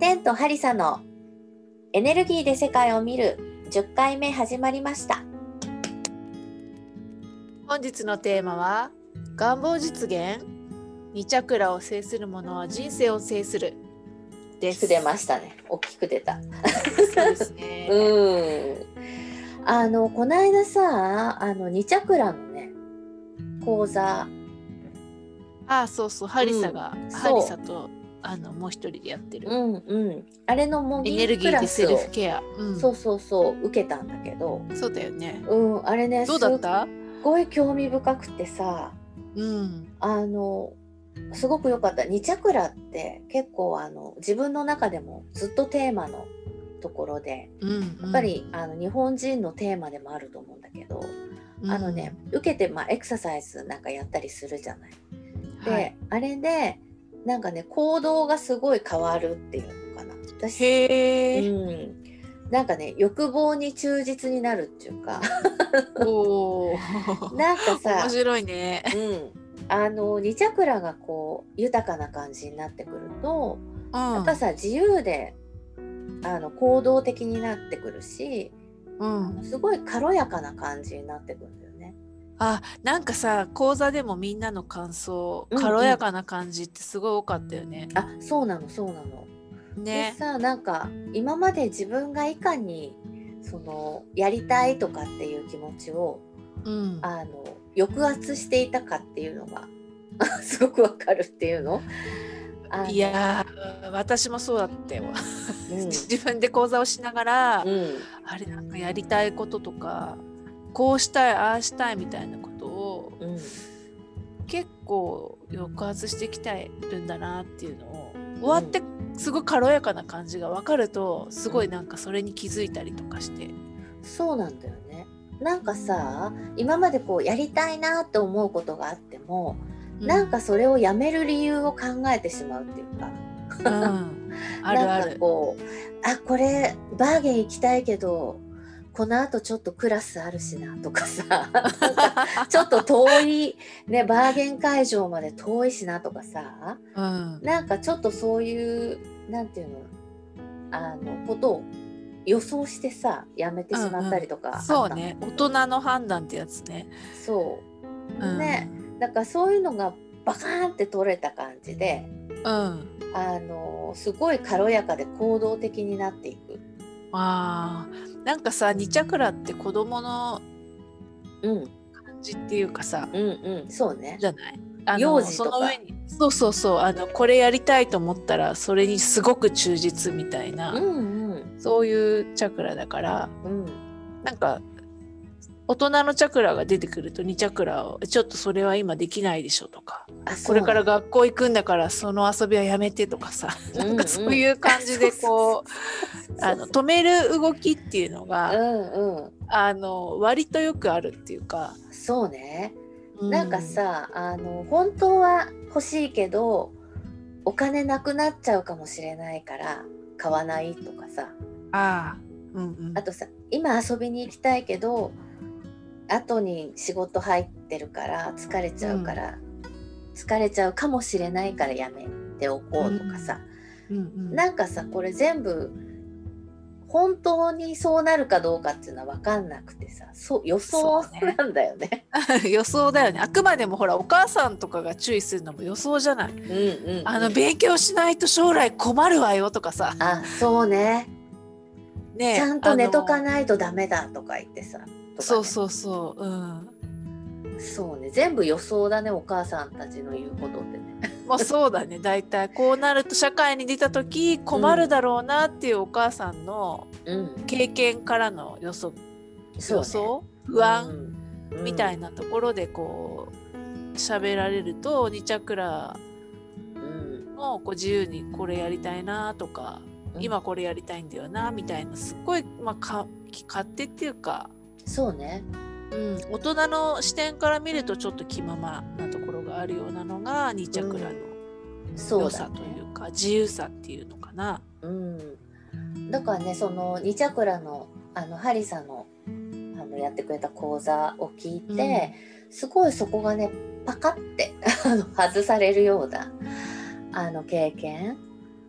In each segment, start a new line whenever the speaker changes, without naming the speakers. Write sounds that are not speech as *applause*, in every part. ケンとハリサのエネルギーで世界を見る10回目始まりました
本日のテーマは願望実現二チャクラを制する者は人生を制するです。
く出ましたね大きく出た
そうです
*laughs*
ね。
うんあのこの間さあの2チャクラのね講座
ああそうそうハリサが、
そう
ハリサとあのもう一人でやってる、
うんうんあれのモ
エネ
ギ
ル
ン
ギ
ク
ー
ラ
で
ス
セ
を
ルフケア。うん、
そ
そう
そうそう受けたんだけど
うだよね。
うんあれね
どうだった？
すっごい興味深くてさ
うん
あのすごく良かった2チャクラって結構あの自分の中でもずっとテーマのところで
うん。
やっぱり、あの日本人のテーマでもあると思うんだけど、
うん
あのね、受けて、まあ、エクササイズなんかやったりするじゃない。で、
はい
あれでなんかね行動がすごい変わるっていうのかな。私
へえ、
うんなんかね欲望に忠実になるっていう
*laughs*
か
おお。
なんか *laughs* さ
面、白いね。
うん、あの2チャクラがこう豊かな感じになってくると、
う
や
ん
っぱさ自由であの行動的になってくるし
うん。
すごい軽やかな感じになってくるんだよね。
あなんかさ講座でもみんなの感想
うんうん
軽やかな感じってすごい多かったよね。
あそうなのそうなの。
ね
で。さなんか今まで自分がいかにそのやりたいとかっていう気持ちを
うん。
あの抑圧していたかっていうのが *laughs* すごくわかるっていうの。あの
い、やー私もそうだったよ、
う
*laughs* 自分で講座をしながら、
んうん、
あれなんかやりたいこととかこうしたいああしたいみたいなことを
うん
結構抑圧してきてるんだなっていうのを終わってすごい軽やかな感じが分かるとすごいなんかそれに気づいたりとかして。
そうなんだよね。なんかさ今までこうやりたいなと思うことがあっても、なんかそれをやめる理由を考えてしまうっていうか
うん、うんあるあ
なんか
る。
*laughs* こうあこれバーゲン行きたいけどこのあとちょっとクラスあるしなとかさ *laughs* ちょっと遠い、ね、バーゲン会場まで遠いしなとかさ
うん、
なんかちょっとそういうなんていうのあのことを予想してさやめてしまったりとかあったの、
そうね大人の判断ってやつね。
そう
うん、
ねだからそういうのがバカーンって取れた感じで
うん
あのすごい軽やかで行動的になっていく。
あーなんかさ2チャクラって子供の
うん
感じっていうかさ
うんうん、そうね。
じゃないあの
幼児とか
その上にそうそうそうあのこれやりたいと思ったらそれにすごく忠実みたいな、
うんうん
そういうチャクラだから
うん。
なんか大人のチャクラが出てくると2チャクラをちょっとそれは今できないでしょとか
あ、
これから学校行くんだからその遊びはやめてとかさ、
そうな
なんん
だ
かそういう感じでこうあの、止める動きっていう
う
の
んう
が、
んうんうん
あの割とよくあるっていうか、
そうね。
う
なんかさ、あの本当は欲しいけどお金なくなっちゃうかもしれないから買わないとかさ。
ああうんうん
あとさ、今遊びに行きたいけど後に仕事入ってるから疲れちゃうから、疲れちゃうかもしれないからやめておこうとかさ。
うんうん
なんかさこれ全部本当にそうなるかどうかっていうのは分かんなくてさそう予想
そうね
なんだよね。
*laughs* 予想だよねあくまでもほらお母さんとかが注意するのも予想じゃない
うんうんうん
あの勉強しないと将来困るわよとかさ
あそうね
ね
ちゃんと寝とか
い
ないとダメだとか言ってさとかね
そうそうそううん
そうね全部予想だねお母さんたちの言うことってね。
まあそうだね大体こうなると社会に出た時困るだろうなっていうお母さんの
うん、
経験からの予測
そう
予
ね
想不安
うんうん
みたいなところでこう喋られると2チャクラ
うん
もこう自由にこれやりたいなとか、
うん
今これやりたいんだよなみたいなすっごい、まあ、か勝手っていうか、
そうね
うん、大人の視点から見るとちょっと気ままなところがあるようなのが2チャクラの
そ
良
うだ
さ
ね
というか、自由さっていうのかな。
うん、だからねその2チャクラのあのハリさんのあのやってくれた講座を聞いて、すごいそこがね *laughs* パカってあの外されるようなあの経験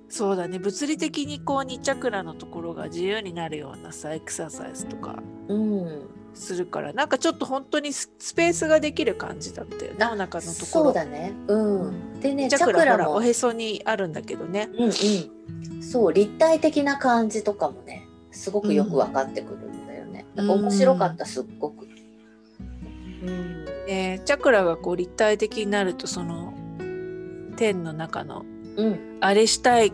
そうだね物理的にこう2チャクラのところが自由になるようなさエクササイズとか
うん、
するからなんかちょっと本当にススペースができる感じだったよねお腹のところ
そうだね、うん、でね
チ
チ
ャ
ャ
ク
ク
ラ
ラ
ほら
も
おへそにあるんだけどね
うんうん、そう立体的な感じとかもねすごくよく分かってくるんだよね、
うん
なんか面白かったすっごく、うん
えーチャクラがこう立体的になるとその天の中の
うん
あれしたい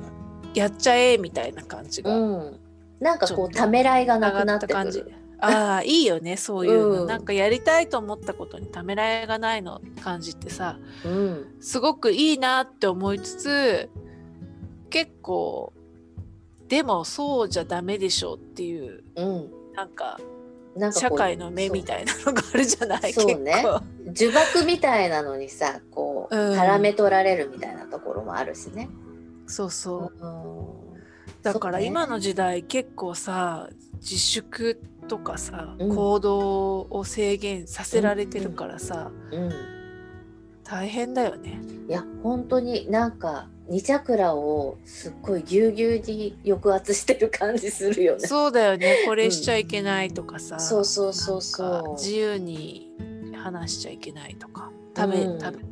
やっちゃえみたいな感じが
うん、なんか
ちょ
こ
っ
う
と
ためらいが
上
な
が
くなっ
ってた
く
感じ
る、
ああいいよねそういうの、
うん
なんかやりたいと思ったことにためらいがないの感じってさ
うん、
すごくいいなって思いつつ結構でもそうじゃダメでしょっていう
うん、
なんか
なんか
社
こ
会の目みたいなのがあるじゃない
そうそうね
結構
う呪縛みたいなのにさこう
うん
絡め取られるみたいなところもあるしね、
そうそううんだから
そうね
今の時代結構さ自粛とかさ、
うん
行動を制限させられてるからさ、
うん
大変だよね。
いや本当になんか二チャクラをすっごいぎゅうぎゅうに抑圧してる感じするよね。
そうだよねこれしちゃいけないとかさ、
そうそうそうそう
なんか自由に話しちゃいけないとか食べ、
うん
食べ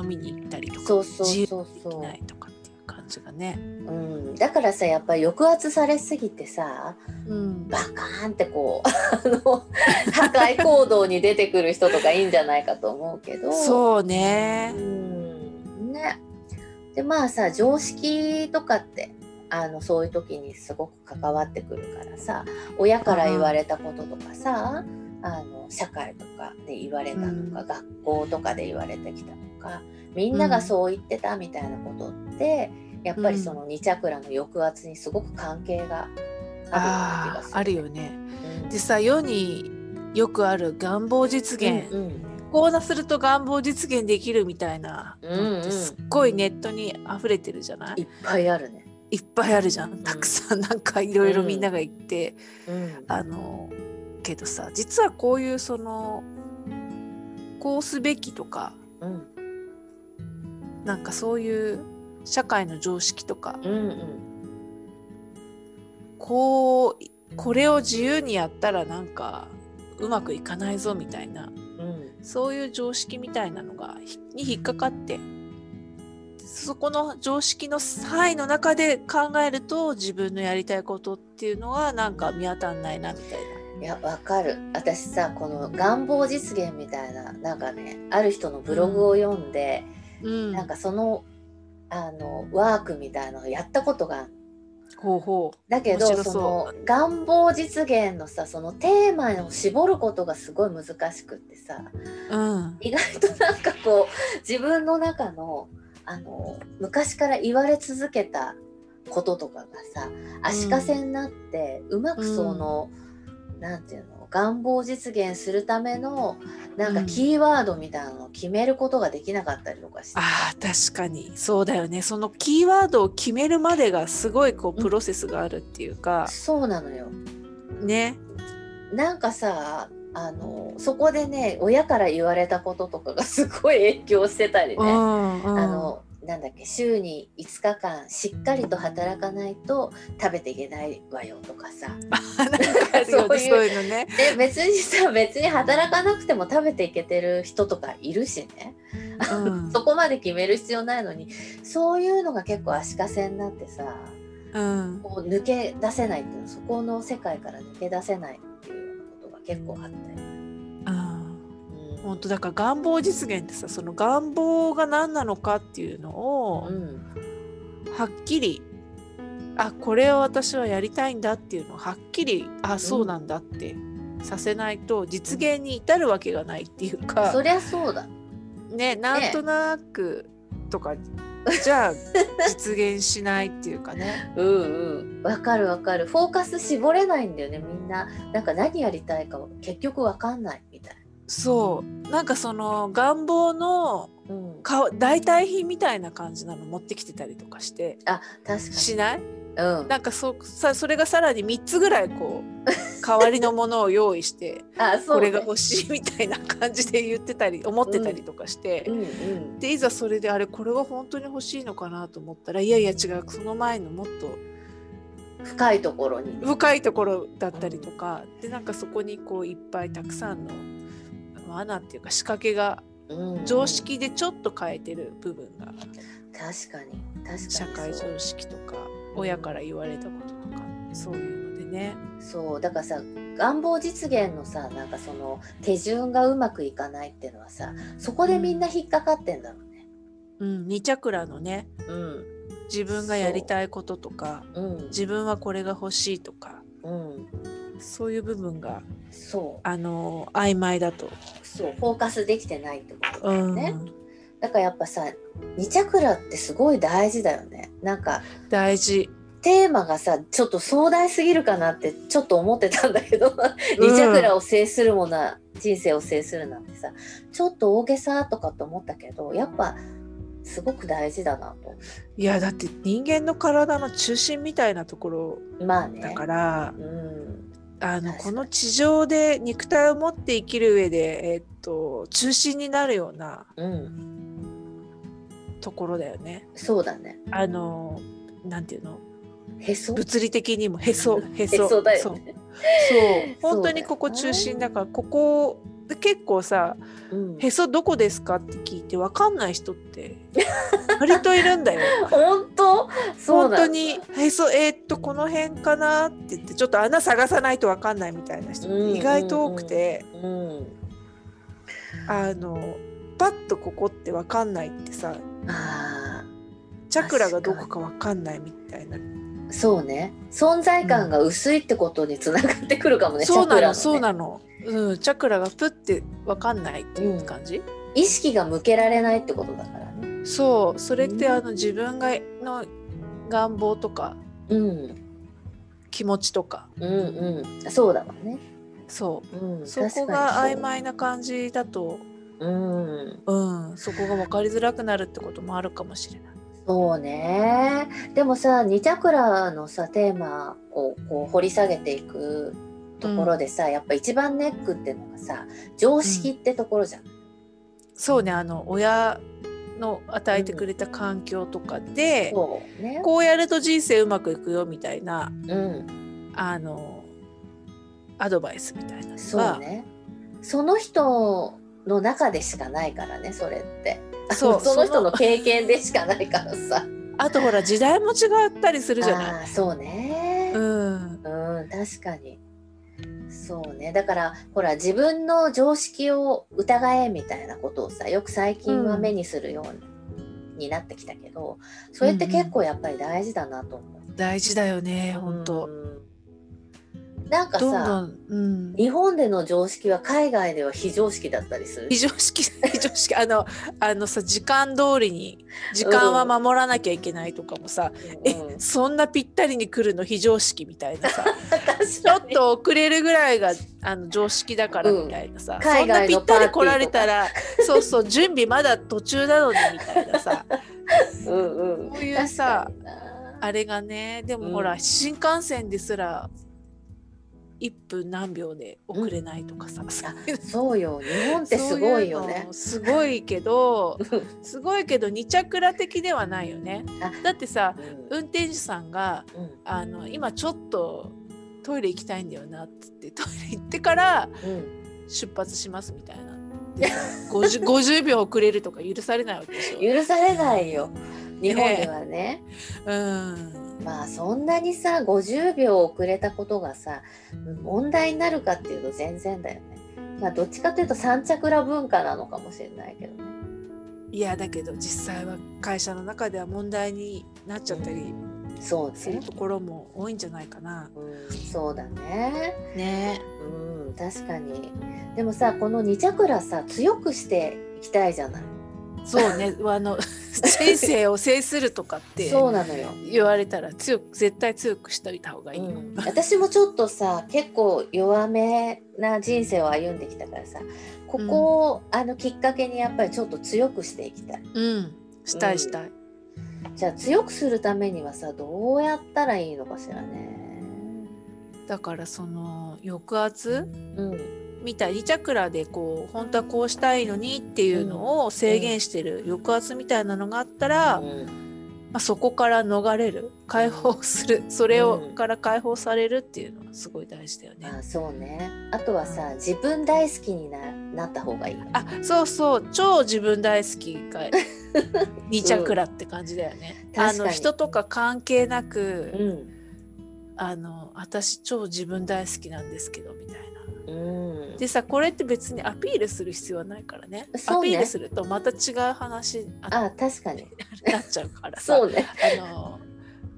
飲みに行ったりとか
そうそう
自由
そう
にでき
そ
ないとかっていう感じがね。
う、うん、だからさやっぱり抑圧されすぎてさ
うん
バカーンってこう *laughs* あの破壊行動に出てくる人とかいいんじゃないかと思うけど
そう
う
ね。
んねでまあさ常識とかってあのそういう時にすごく関わってくるからさ親から言われたこととかさあの社会とかで言われたとか、
うん
学校とかで言われてきたとかみんながそう言ってたみたいなことって、やっぱりその2チャクラの抑圧にすごく関係があるような気が
あ
する。
ああるよね。
うん
でさ世によくある願望実現。
うんうん
こうなすると願望実現できるみたいなのっ
うんう
て
ん
すっごいネットに溢れてるじゃない、
いっぱいあるね。
いっぱいあるじゃんたくさんなんかいろいろみんなが言って、
うん
あのけどさ実はこういうそのこうすべきとか
うん
なんかそういう社会の常識とか
うんうん
こうこれを自由にやったらなんかうまくいかないぞみたいな
うん
そういう常識みたいなのがひに引っかかってそこの常識の範囲の中で考えると自分のやりたいことっていうのがなんか見当たんないなみたい
いやわかる私さこの願望実現みたいななんかねある人のブログを読んで、
な。うん、
なんかそのあのワークみたいなのをやったことがある
ほうほう
だけ
面
ど
白
そ
そ
の願望実現のさそのテーマを絞ることがすごい難しくってさ
うん
意外となんかこう自分の中のあの昔から言われ続けたこととかがさ足かせになって、うまくその、なんていうの願望実現するためのなん
う
か
ん
キーワードみたいなのを決めることができなかったりとかして、
あー確かにそうだよねそのキーワードを決めるまでがすごいこうプロセスがあるっていうか、
そうなのよ
ね
なんかさあのそこでね親から言われたこととかがすごい影響してたりね。
うんうん
あのなんだっけ週に5日間しっかりと働かないと食べていけないわよとかさ
*laughs* なんかあるよ
そう
ね
いう
そういうのね
で別にさ別に働かなくても食べていけてる人とかいるしね、
*laughs* *laughs* うん
そこまで決める必要ないのにそういうのが結構足かせになってさ
うん
こう抜け出せないっていうのそこの世界から抜け出せないっていうようなことが結構あったよ。
うん
うん
本当だから願望実現ってさその願望が何なのかっていうのを
うん
はっきりあこれを私はやりたいんだっていうのをはっきりあそうなんだってさせないと実現に至るわけがないっていうか、
そりゃそうだ。
ねなんとなくとかじゃあ実現しないっていうかね
うんうん。わかるわかる。フォーカス絞れないんだよねみんな。なんか何やりたいかを結局わかんないみたい
そうなんかその願望
な。
の
うん。
か代替品みたいな感じなの持ってきてたりとかして
あ確かに。
しない
うん、
なんかそさそれがさらに3つぐらいこ
*laughs*
う代わりのものを用意して
あそ
こ
うね、
れが欲しいみたいな感じで言ってたり思ってたりとかして、
うんうん、
でいざそれであれこれが本当に欲しいのかなと思ったらいやいや違うその前のもっと
深いところに、
深いところだったりとかでなんかそこにこういっぱいたくさんのあの罠っていうか仕掛けが
うん
常識でちょっと変えてる部分が
確かに確かに
社会
そう
常識とか親から言われたこととかそういうのでね。
そうだからさ願望実現のさなんかその手順がうまくいかないっていうのはさそこでみんな引っかかってんだろうね。
うん、2チャクラのね
うん
自分がやりたいこととか
うん
自分はこれが欲しいとか
うん、
そういう部分が
そ
あの曖昧だと、
うそうフォーカスできてないってことだ
う
よ
ん
ね。だからやっぱさ2チャクラってすごい大事だよね。なんか
大事
テーマがさちょっと壮大すぎるかなってちょっと思ってたんだけど2チャクラを制するもな、人生を制するなんてさちょっと大げさとかと思ったけどやっぱすごく大事だなと
いやだって人間の体の中心みたいなところ
まあね
だから、
うん
あの
確かに
この地上で肉体を持って生きる上で、えっと中心になるような
うん
ところだよね。
そうだね
あのなんていうの
へそ
物理的にもへそへそ
へそだ
そ
よ
う
ね
そう
そう
本当にここ中心だからここ結構さ
うん
「へそどこですか?」って聞いて分かんない人って割といるんだよ。 *laughs*
本当そう
本
な
当
んだ
に「へそえーっとこの辺かな?」って言ってちょっと穴探さないと分かんないみたいな人って意外と多くて、
うん
あのパッとここって分かんないってさ
あ
チャクラがどこか分かんないみたいな、
ーそうね存在感が薄いってことにつながってくるかもね、
そ
チ
う
ャ
な
クラ
の、
ね
そうなの、うん、チャクラがプッて分かんないっていう感じ、
意識が向けられないってことだからね
そうそれって
うん
あの自分がの願望とか
うん
気持ちとか
うんうんそうだわね、
そ
うん、
うそこが曖昧な感じだ
確
と、
かにそううん
うん、そこが分かりづらくなるってこともあるかもしれない。
そうねでもさ2チャクラのさテーマをこう掘り下げていくところでさ、やっぱ一番ネックっていうのがさ常識ってところじゃん、
そうねあの親の与えてくれた環境とかで、
そうね
こうやると人生うまくいくよみたいな
うん
あのアドバイスみたいなのが
そうねその人の中でしかないからねそれって
そ
*laughs*
う
その人
そ
の
の
経験でしかないから
*laughs*
さ
あとほら時代も違ったりするじゃない。
あーそうね
うん、
うん確かにそうねだからほら自分の常識を疑えみたいなことをさよく最近は
うん
目にするように,、なってきたけどそれって結構やっぱり大事だなと思う。
大事だよね本当、
うんなんかさ
どんどん、うん、
日本での常識は海外では非常識だったりする
非。常識 *laughs* 非常識あのあのさ時間通りに時間は守らなきゃいけないとかもさ、
う
え
んうん
そんなぴったりに来るの非常識みたいなさ
*laughs* 確
ちょ
か
っ
に
と遅れるぐらいがあの常識だからみたいなさ、
ん
そ
海
んな
外
ぴ
の
っ
パーティーとか
たり来られたらそうそう準備まだ途中なのにみたい
*laughs*
なさ
うんうん
そういうさ
確かにな
あれがねでもほら、
うん
新幹線ですら1分何秒で遅れないとかさ、
そうよ日本ってすごいよ
そうう
ね
の。すごいけどすごいけど二チャクラ的ではないよね
あ。
だってさ
うん
運転手さんが
うん
あの「今ちょっとトイレ行きたいんだよな」っつってトイレ行ってから
うん
出発しますみたいな。でさ
*laughs*
50, 50秒遅れるとか許されないわけでしょ。
許されないよ日本ではね。
うん
まあそんなにさ50秒遅れたことがさ問題になるかっていうと全然だよね。まあどっちかというと三チャクラ文化なのかもしれないけどね。
いやだけど実際は会社の中では問題になっちゃったり
そう
す
ね。
るところも多いんじゃないかな。
うん、そうだね。
ね
うん確かに。でもさこの2チャクラさ強くしていきたいじゃない。
そうね
*laughs*
あの人生を制するとかって
そうなのよ。
言われたら強く絶対強くしといた方がいいよ、
うん、私もちょっとさ結構弱めな人生を歩んできたからさここを、あのきっかけにやっぱりちょっと強くしていきたい。
うん、したいしたい、
じゃあ強くするためにはさどうやったらいいのかしらね。
だからその抑圧
うん、
みたいにチャクラでこう本当はこうしたいのにっていうのを制限してる抑圧みたいなのがあったら、まあ、そこから逃れる解放するそれを
うん
から解放されるっていうのはすごい大事だよね。
あそうねあとはさ自分大好きにななった方がいい。
あそうそう超自分大好きが
*laughs*
2チャクラって感じだよね。
確か
あ
に
の人とか関係な
う
く、
ん
あの私超自分大好きなんですけどみたいな。
うん、
でさこれって別にアピールする必要はないからね
そうね
アピールするとまた違う話にあ
あ確かに
なっちゃうからさ
そうね。
あの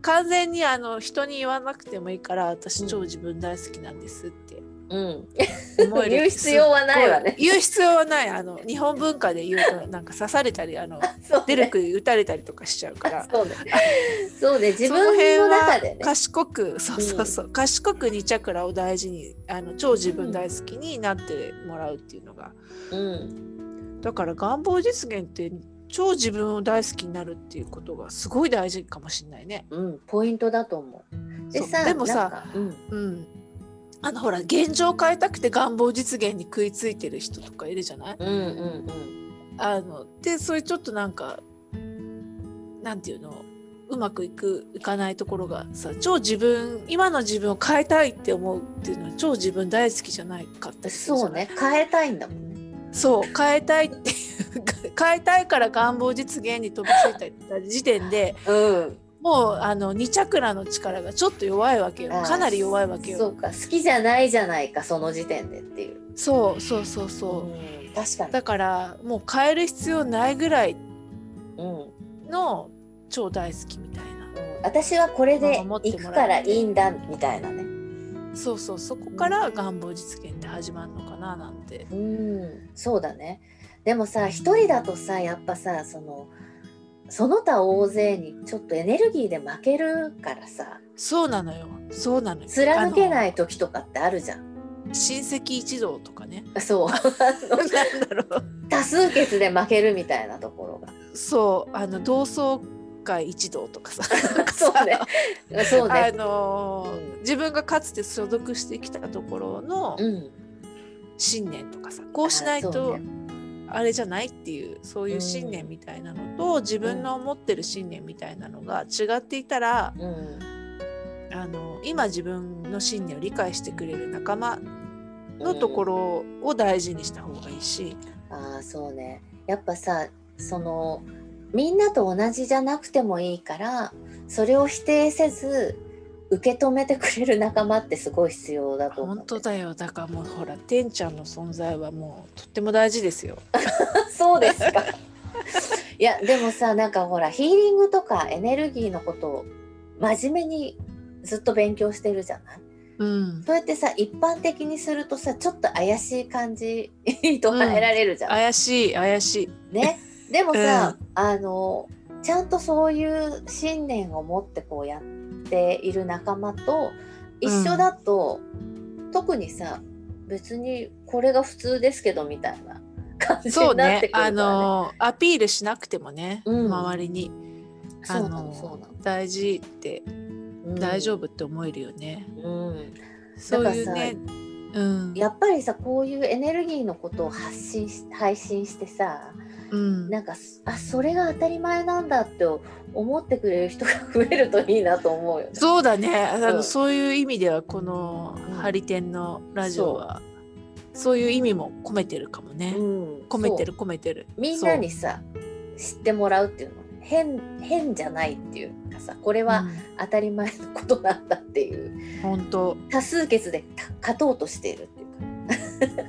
完全にあの人に言わなくてもいいから私超自分大好きなんですって
うん、
思える
言う必要はないわね。
言う必要はないあの日本文化で言うとなんか刺されたりあの
そうね
出る杭打たれたりとかしちゃうから
そうね。そうね。自
その辺
分の中で
は
ね。
賢くそうそうそう、賢く2チャクラを大事にあの超自分大好きになってもらうっていうのが
うん。
だから願望実現って超自分を大好きになるっていうことがすごい大事かもしれないね。
うん。ポイントだと思う。で
そう
さ、
でもさ
なんかうん、
うんあのほら現状を変えたくて願望実現に食いついてる人とかいるじゃない
うんうんうん。
あのでそういうちょっとなんかなんていうのうまくいくいかないところがさ超自分今の自分を変えたいって思うっていうのは超自分大好きじゃないかったりするじ
そ
ゃ
う
ない
ね。変えたいんだもんね。
そう変えたいっていう変えたいから *laughs* 願望実現に飛びついた時点で
うん。
もうあの2チャクラの力がちょっと弱いわけよ
あー
かなり弱いわけよ
そうか。好きじゃないじゃないか、その時点でっていう。
そうそうそうそう
うん確かに。
だからもう変える必要ないぐらい
うん。うん
の超大好きみたい
私はこれで
まあ守
行
っても
く
ら
か
う
らいいんだみたいなね。
なそうそうそこから願望実現って始まるのかななんて
うん。そうだね。でもさ、一人だとさ、やっぱさ、その。その他大勢にちょっとエネルギーで負けるからさ
そうなのよそうなのよ
貫け
い
ない時とかってあるじゃん。
親戚一同とか
*laughs*
ね
そうあ
な
の
んだろう
多数決で負けるみたいなところが
*laughs* そうあの同窓会一同とかさ
そうねそう
あ
ね
のー
うん
自分がかつて所属してきたところの
うん
信念とかさこうしない
あそ
と
うね
あれじゃないっていうそういう信念みたいなのと自分の持ってる信念みたいなのが違っていたら
うん
あの今自分の信念を理解してくれる仲間のところを大事にした方がいいし、
ああそうねやっぱさそのみんなと同じじゃなくてもいいからそれを否定せず受け止めてくれる仲間ってすごい必要だと思う
本当だよだからもうほらてんちゃんの存在はもうとっても大事ですよ。
*laughs* そうですか *laughs* いやでもさなんかほらヒーリングとかエネルギーのことを真面目にずっと勉強してるじゃない
うん、
そうやってさ一般的にするとさちょっと怪しい感じに捉えられるじゃん、
怪しい怪しい。
ねでもさ、あのちゃんとそういう信念を持ってこうやっている仲間と一緒だと、特にさ別にこれが普通ですけどみたいな感じ
そう
になっ
ね
てくるか
あ
らね
のアピールしなくてもね、
うん
周りに
そうな
あの
のそうなの
大事って、
うん
大丈夫って思えるよね。
うん、
そういうね、うん、
やっぱりさこういうエネルギーのことを発信し配信してさ
うん、
なんかすあそれが当たり前なんだって思ってくれる人が増えるといいなと思うよね。
そうだね。あの、
うん
そういう意味ではこの
うん
ハリテンのラジオはそういう意味も込めてるかもね。
うん
込めて
る
る込めてる。
みんなにさ知ってもらうっていうの変変じゃないっていうかさこれ
は、う
は
ん
当たり前のことなんだっていう
本当。
多数決でた勝とうとしているっていうか、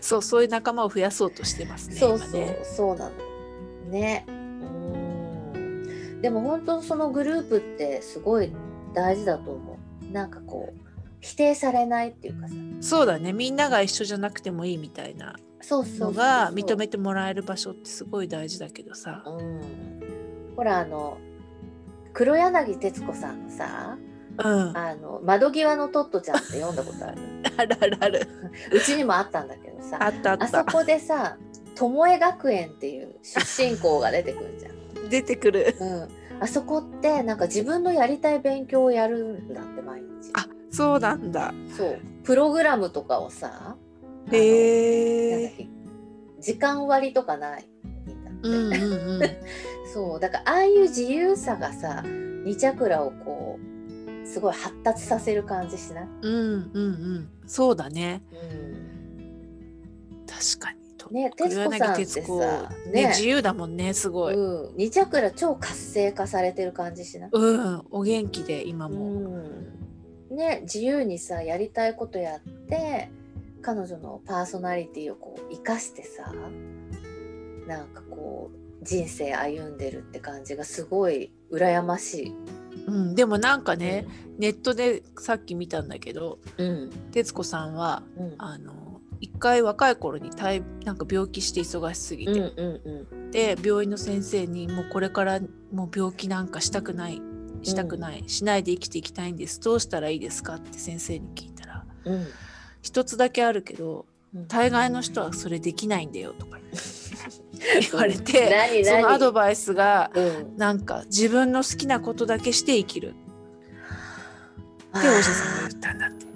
そうそういう仲間を増やそうとしてますね。
そうそう、
今ね。
そうなのねうんでも本当そのグループってすごい大事だと思うなんかこう否定されないっていうかさ
そうだね。みんなが一緒じゃなくてもいいみたいな
そうそうそうそ
の
う
が認めてもらえる場所ってすごい大事だけどさ。
うんほらあの黒柳徹子さんのさ
うん。あ
あの窓際のトットちゃんって読んだ
*laughs*
ことある
るあるある。
うちにもあったんだけどさ
あったあ
あ
っ
そ
た。
こでさ巴学園っていう出身校が出てくるじゃん
出てくる。
うん、あそこってなんか自分のやりたい勉強をやるんだって毎日
あそうなんだ。
そうプログラムとかをさえ
へえ。
時間割とかないんだって、
うんうんうん。
そうだからああいう自由さがさ2チャクラをこうすごい発達させる感じしない、
うんうんうん。そうだね。確かに。と
ね徹
黒
子さん
柳
って
徹子
さ
ね
ね
自由だもんねすごい。
うん、2チャクラ超活性化されてる感じしない、
うん、お元気で今
う
も。
んね、自由にさやりたいことやって彼女のパーソナリティをこう生かしてさなんかこう人生歩んでるって感じがすごい羨ましい。
うん、でもなんかね、ネットでさっき見たんだけど、
うん、
徹子さんは
うん
あの一回若い頃に大なんか病気して忙しすぎ
うん
て、
うんうん
で病院の先生にもうこれからもう病気なんかしたくないしたくない、しないで生きていきたいんですどうしたらいいですかって先生に聞いたら
うん
一つだけあるけど
うん
大概の人はそれできないんだよ
*laughs*
とか言われて
何
そ
何
のアドバイスが
うん、
なんか自分の好きなことだけして生きるってお医者さんが言ったんだって。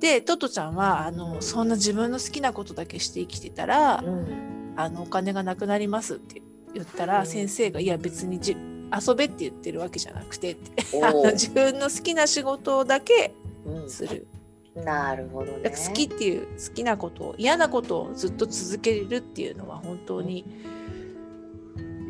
でトトちゃんはあのそんな自分の好きなことだけして生きてたら
うん
あのお金がなくなりますって言った
う
ら
ん
先生が「いや別にじ遊べ」って言ってるわけじゃなくてって
お
あの
ー
自分の好きな仕事だけ *laughs*
う
する
ん、なるほどね
だから好きっていう好きなことを嫌なことをずっと続けるっていうのは本当に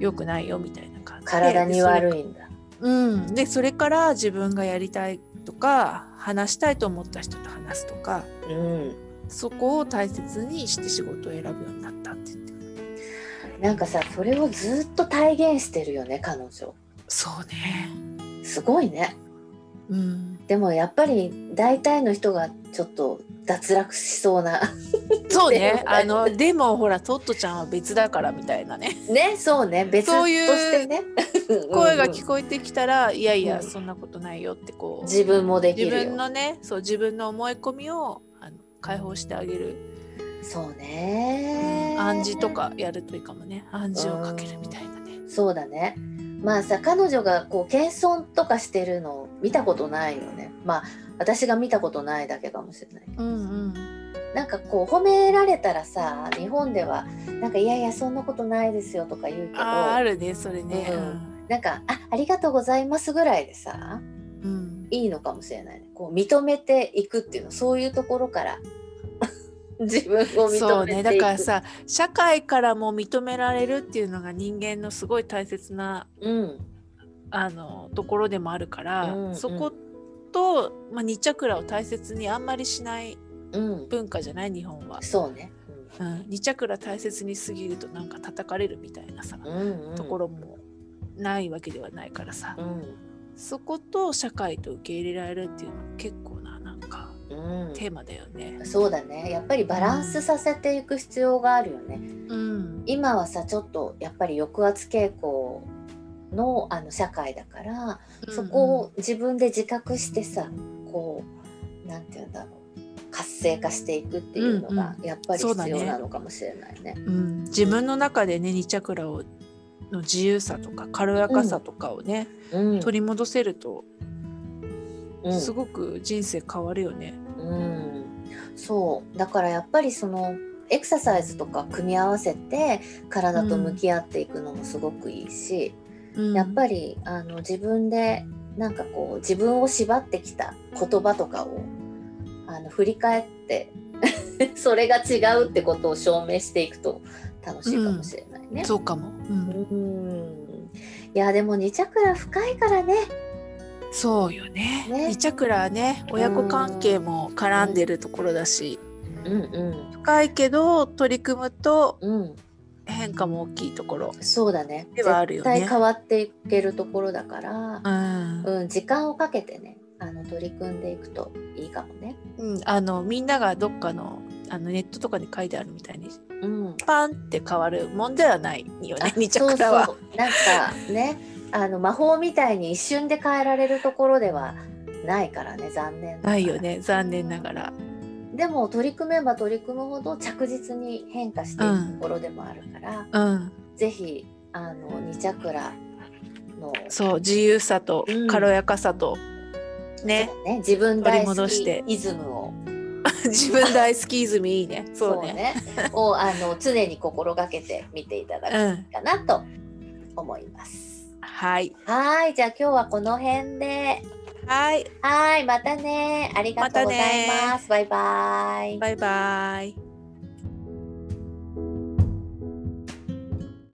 良くないよみたいな感じで
体に悪
い、
いんだ
うん、でそれから自分がやりたいとか話したいと思った人と話すとか
うん
そこを大切にして仕事を選ぶようになったって言って
なんかさそれをずっと体現してるよね彼女
そうね
すごいね
うん
でもやっぱり大体の人がちょっと脱落しそう
*laughs*
な
そうね
でも
あのでもほらトットちゃんは別だからみたいなね
ねそうね別
そ
と
ういう
してね *laughs*
声が聞
こ
こえてきたらいやいや
うん
そんなことないよってこう
自分もでき
自
る
分
よ
のねそう自分の思い込みをあの解放してあげる、
そうね
暗示とかやるといいかもね暗示をかけるみたいなね
そうだねまあさ彼女がこう謙遜とかしてるの見たことないよねまあ私が見たことないだけかもしれないけど
うんうん
なんかこう褒められたらさ日本ではなんか「いやいやそんなことないですよ」とか言うけど
あーあ
な
るねそれね
うんんか「あありがとうございます」ぐらいでさ
うん、うん
いいのかもしれないねこう認めていくっていうのそういうところから *laughs* 自分を認めていく
そうねだから、さ社会からも認められるっていうのが人間のすごい大切な
うん、
あのところでもあるから、
うんうん
そこと、まあ、2チャクラを大切にあんまりしない
うん、
文化じゃない日本は、
そうね、
うん、2チャクラ大切にすぎるとなんか叩かれるみたいなさ、
うんうんうん、
ところもないわけではないからさ、
うん、
そこと社会と受け入れられるっていうのは結構ななんか
うん
テーマだよね。
そうだねやっぱりバランスさせていく必要があるよね
うん、
今はさちょっとやっぱり抑圧傾向のあの社会だからそこを自分で自覚してさこうなんて言うんだろう活性化していくっていうのが
う
やっぱり
そうだ
必
ね
要なのかもしれないね。
うん、うん自分の中でね2チャクラをの自由さとか軽やかさとかをね、
うん
取り戻せると
うん
すごく人生変わるよね。
うんそうだからやっぱりそのエクササイズとか組み合わせて体と向き合っていくのもすごくいいし、やっぱ
り
りあの自分でなんかこう自分を縛ってきた言葉とかをあの振り返って *laughs* それが違うってことを証明していくと楽しいかもしれないね。
そうかも、う、
うんんいやでも2チャクラ深いからね。
そうよね
ね
2チャクラはね親子関係も絡んでるところだし、
うんうん
深いけど取り組むと
うん、
変化も大きいところ。
そうだね
ではあるよね
絶対変わっていけるところだから、
うん
うん、時間をかけてねあの取り組んでいくといいかもね。
うん、あのみんながどっかのあのネットとかに書いてあるみたいに
うん、
パンって変わるもんではないよね
あ
2チャクラは
そうそうなんかねあの魔法みたいに一瞬で変えられるところではないからね残念がら
ないよね残念ながら
でも取り組めば取り組むほど着実に変化していくところでもあるから、
うん
ぜひあの2チャクラの
そう自由さと
うん
軽やかさと、ね
そうね自分大好
取り戻
き
して
イズムを
*laughs* 自分大好き泉いいねそうね *laughs*
をあの常に心がけて見ていただくかなと思います。
うんはい
はいじゃあ今日はこの辺で
はい
はいまたねありがとうございます、バイバイ。
バイバイ